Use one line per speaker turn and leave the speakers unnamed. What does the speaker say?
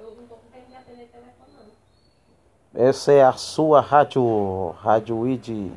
eu não tô com tempo de atender telefone, não.
Essa é a sua rádio, Rádio ID.